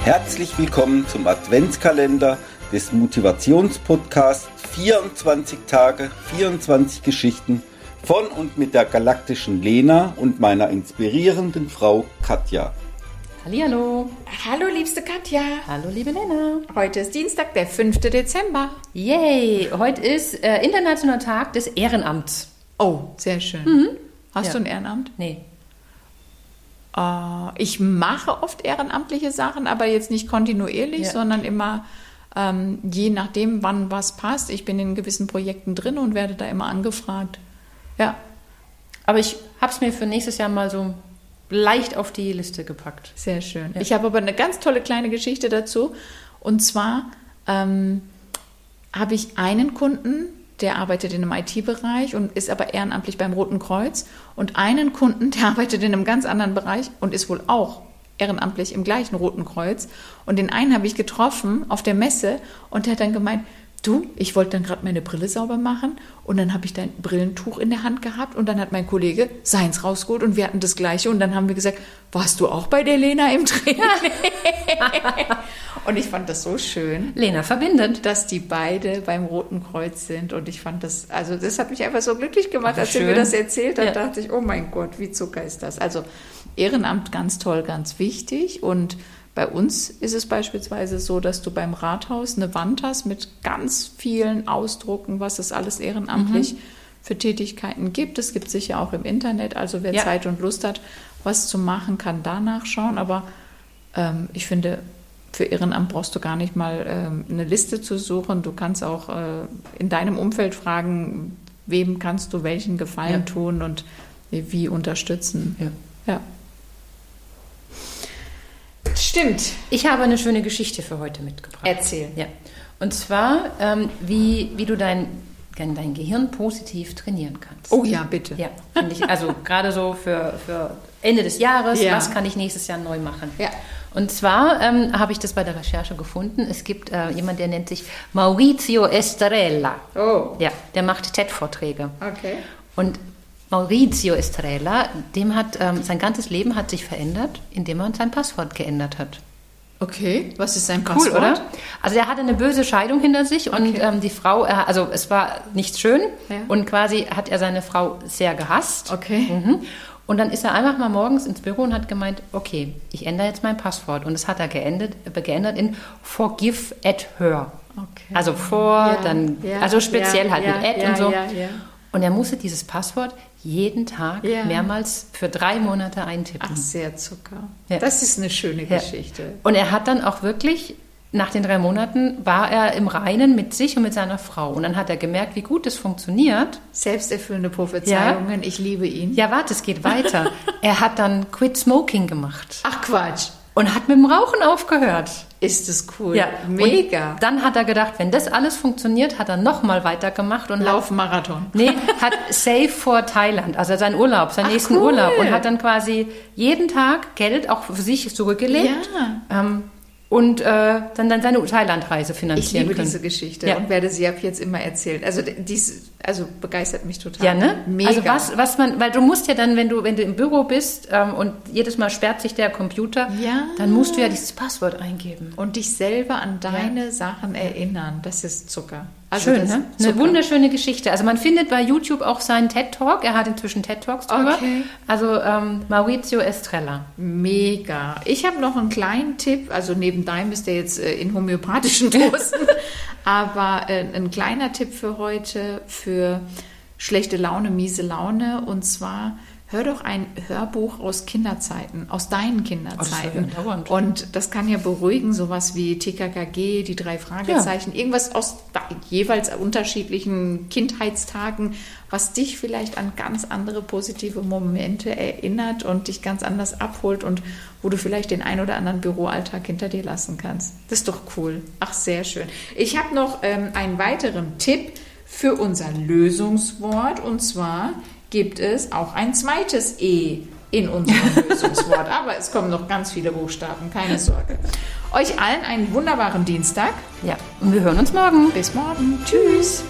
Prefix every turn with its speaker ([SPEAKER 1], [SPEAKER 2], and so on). [SPEAKER 1] Herzlich willkommen zum Adventskalender des Motivationspodcasts 24 Tage, 24 Geschichten von und mit der galaktischen Lena und meiner inspirierenden Frau Katja.
[SPEAKER 2] Hallihallo.
[SPEAKER 3] Hallo, liebste Katja.
[SPEAKER 2] Hallo, liebe Lena.
[SPEAKER 3] Heute ist Dienstag, der 5. Dezember.
[SPEAKER 2] Yay, heute ist äh, Internationaler Tag des Ehrenamts.
[SPEAKER 3] Oh, sehr schön. Hast du ein Ehrenamt?
[SPEAKER 2] Nee.
[SPEAKER 3] Äh, ich mache oft ehrenamtliche Sachen, aber jetzt nicht kontinuierlich,
[SPEAKER 2] Ja.
[SPEAKER 3] sondern immer ähm, je nachdem, wann was passt. Ich bin in gewissen Projekten drin und werde da immer angefragt. Ja,
[SPEAKER 2] Aber ich hab's mir für nächstes Jahr mal so leicht auf die Liste gepackt.
[SPEAKER 3] Sehr schön. Ich habe aber eine ganz tolle kleine Geschichte dazu. Und zwar ähm, habe ich einen Kunden, der arbeitet in einem IT-Bereich und ist aber ehrenamtlich beim Roten Kreuz. Und einen Kunden, der arbeitet in einem ganz anderen Bereich und ist wohl auch ehrenamtlich im gleichen Roten Kreuz. Und den einen habe ich getroffen auf der Messe und der hat dann gemeint, Du, ich wollte dann gerade meine Brille sauber machen und dann habe ich dein Brillentuch in der Hand gehabt und dann hat mein Kollege seins rausgeholt und wir hatten das gleiche und dann haben wir gesagt, warst du auch bei der Lena im Training? und ich fand das so schön,
[SPEAKER 2] Lena verbindet.
[SPEAKER 3] dass die beide beim Roten Kreuz sind und ich fand das, also das hat mich einfach so glücklich gemacht,
[SPEAKER 2] Ach,
[SPEAKER 3] als sie
[SPEAKER 2] schön.
[SPEAKER 3] mir das erzählt hat,
[SPEAKER 2] Ja.
[SPEAKER 3] dachte ich, oh mein Gott, wie Zucker ist das. Also Ehrenamt ganz toll, ganz wichtig und bei uns ist es beispielsweise so, dass du beim Rathaus eine Wand hast mit ganz vielen Ausdrucken, was es alles ehrenamtlich
[SPEAKER 2] Mhm.
[SPEAKER 3] für Tätigkeiten gibt. Es gibt sicher auch im Internet, also wer
[SPEAKER 2] Ja.
[SPEAKER 3] Zeit und Lust hat, was zu machen, kann da nachschauen. Aber ähm, ich finde, für Ehrenamt brauchst du gar nicht mal ähm, eine Liste zu suchen. Du kannst auch äh, in deinem Umfeld fragen, wem kannst du welchen Gefallen
[SPEAKER 2] Ja.
[SPEAKER 3] tun und wie, wie unterstützen.
[SPEAKER 2] Ja.
[SPEAKER 3] Ja. Stimmt.
[SPEAKER 2] Ich habe eine schöne Geschichte für heute mitgebracht.
[SPEAKER 3] Erzähl.
[SPEAKER 2] Ja. Und zwar, ähm, wie, wie du dein, dein dein Gehirn positiv trainieren kannst.
[SPEAKER 3] Oh ja, bitte.
[SPEAKER 2] Ja, finde ich, also gerade so für, für Ende des Jahres,
[SPEAKER 3] Ja.
[SPEAKER 2] was kann ich nächstes Jahr neu machen?
[SPEAKER 3] Ja.
[SPEAKER 2] Und zwar ähm, habe ich das bei der Recherche gefunden. Es gibt äh, jemand, der nennt sich Maurizio Estrella.
[SPEAKER 3] Oh.
[SPEAKER 2] Ja, der macht TED-Vorträge.
[SPEAKER 3] Okay.
[SPEAKER 2] Und Maurizio Estrella, dem hat ähm, sein ganzes Leben hat sich verändert, indem er sein Passwort geändert hat.
[SPEAKER 3] Okay. Was ist sein
[SPEAKER 2] Cool,
[SPEAKER 3] Passwort?
[SPEAKER 2] oder? Also er hatte eine böse Scheidung hinter sich und
[SPEAKER 3] Okay.
[SPEAKER 2] ähm, die Frau, äh, also es war nicht schön
[SPEAKER 3] Ja.
[SPEAKER 2] und quasi hat er seine Frau sehr gehasst.
[SPEAKER 3] Okay.
[SPEAKER 2] Mhm. Und dann ist er einfach mal morgens ins Büro und hat gemeint, okay, ich ändere jetzt mein Passwort. Und das hat er geändert, äh, geändert in forgive at her.
[SPEAKER 3] Okay.
[SPEAKER 2] Also vor,
[SPEAKER 3] Ja,
[SPEAKER 2] dann,
[SPEAKER 3] ja,
[SPEAKER 2] also speziell
[SPEAKER 3] ja,
[SPEAKER 2] halt mit
[SPEAKER 3] ja,
[SPEAKER 2] at
[SPEAKER 3] ja,
[SPEAKER 2] und so.
[SPEAKER 3] ja, ja.
[SPEAKER 2] Und er musste dieses Passwort jeden Tag
[SPEAKER 3] Ja.
[SPEAKER 2] mehrmals für drei Monate eintippen.
[SPEAKER 3] Ach, sehr Zucker.
[SPEAKER 2] Mhm. Ja.
[SPEAKER 3] Das ist eine schöne
[SPEAKER 2] Ja.
[SPEAKER 3] Geschichte.
[SPEAKER 2] Und er hat dann auch wirklich, nach den drei Monaten, war er im Reinen mit sich und mit seiner Frau. Und dann hat er gemerkt, wie gut das funktioniert.
[SPEAKER 3] Selbsterfüllende Prophezeiungen, ich liebe ihn.
[SPEAKER 2] Ja, warte, es geht weiter. er hat dann Quit Smoking gemacht
[SPEAKER 3] Ach Quatsch,
[SPEAKER 2] und hat mit dem Rauchen aufgehört.
[SPEAKER 3] ist das cool.
[SPEAKER 2] Ja,
[SPEAKER 3] Oh Mega.
[SPEAKER 2] Und dann hat er gedacht, wenn das alles funktioniert, hat er nochmal weitergemacht und hat
[SPEAKER 3] Laufmarathon.
[SPEAKER 2] Nee, hat Save for Thailand, also seinen Urlaub, seinen
[SPEAKER 3] Ach,
[SPEAKER 2] nächsten
[SPEAKER 3] cool.
[SPEAKER 2] Urlaub und hat dann quasi jeden Tag Geld auch für sich zurückgelegt ähm, und äh, dann, dann seine Thailandreise
[SPEAKER 3] Ich
[SPEAKER 2] finanzieren
[SPEAKER 3] liebe
[SPEAKER 2] können.
[SPEAKER 3] diese Geschichte
[SPEAKER 2] Ja.
[SPEAKER 3] und werde sie ab jetzt immer erzählen. Also dies, also begeistert mich total.
[SPEAKER 2] Ja, ne?
[SPEAKER 3] Äh, Mega.
[SPEAKER 2] Also was, was man, weil du musst ja dann, wenn du, wenn du im Büro bist ähm, und jedes Mal sperrt sich der Computer,
[SPEAKER 3] Ja.
[SPEAKER 2] dann musst du ja dieses Passwort eingeben.
[SPEAKER 3] und dich selber an deine Sachen erinnern, das ist Zucker. Also
[SPEAKER 2] Schön,
[SPEAKER 3] das
[SPEAKER 2] ne?
[SPEAKER 3] ist
[SPEAKER 2] Eine
[SPEAKER 3] Zucker.
[SPEAKER 2] wunderschöne Geschichte. Also man findet bei YouTube auch seinen TED Talk. Er hat inzwischen TED Talks drüber.
[SPEAKER 3] Okay.
[SPEAKER 2] Also ähm, Maurizio Estrella.
[SPEAKER 3] Mega. Ich habe noch einen kleinen Tipp, also neben deinem ist der jetzt äh, in homöopathischen Dosen, aber äh, ein kleiner Tipp für heute für schlechte Laune, miese Laune und zwar hör doch ein Hörbuch aus Kinderzeiten, aus deinen Kinderzeiten.
[SPEAKER 2] ja dauernd.
[SPEAKER 3] und das kann ja beruhigen, sowas wie TKKG, die drei Fragezeichen, irgendwas aus da- jeweils unterschiedlichen Kindheitstagen, was dich vielleicht an ganz andere positive Momente erinnert und dich ganz anders abholt und wo du vielleicht den ein oder anderen Büroalltag hinter dir lassen kannst. Das ist doch cool. Ach, sehr schön. Ich habe noch ähm, einen weiteren Tipp für unser Lösungswort und zwar gibt es auch ein zweites E in unserem Lösungswort. Aber es kommen noch ganz viele Buchstaben, keine Sorge. Euch allen einen wunderbaren Dienstag.
[SPEAKER 2] Ja, und wir hören uns morgen.
[SPEAKER 3] Bis morgen. Tschüss.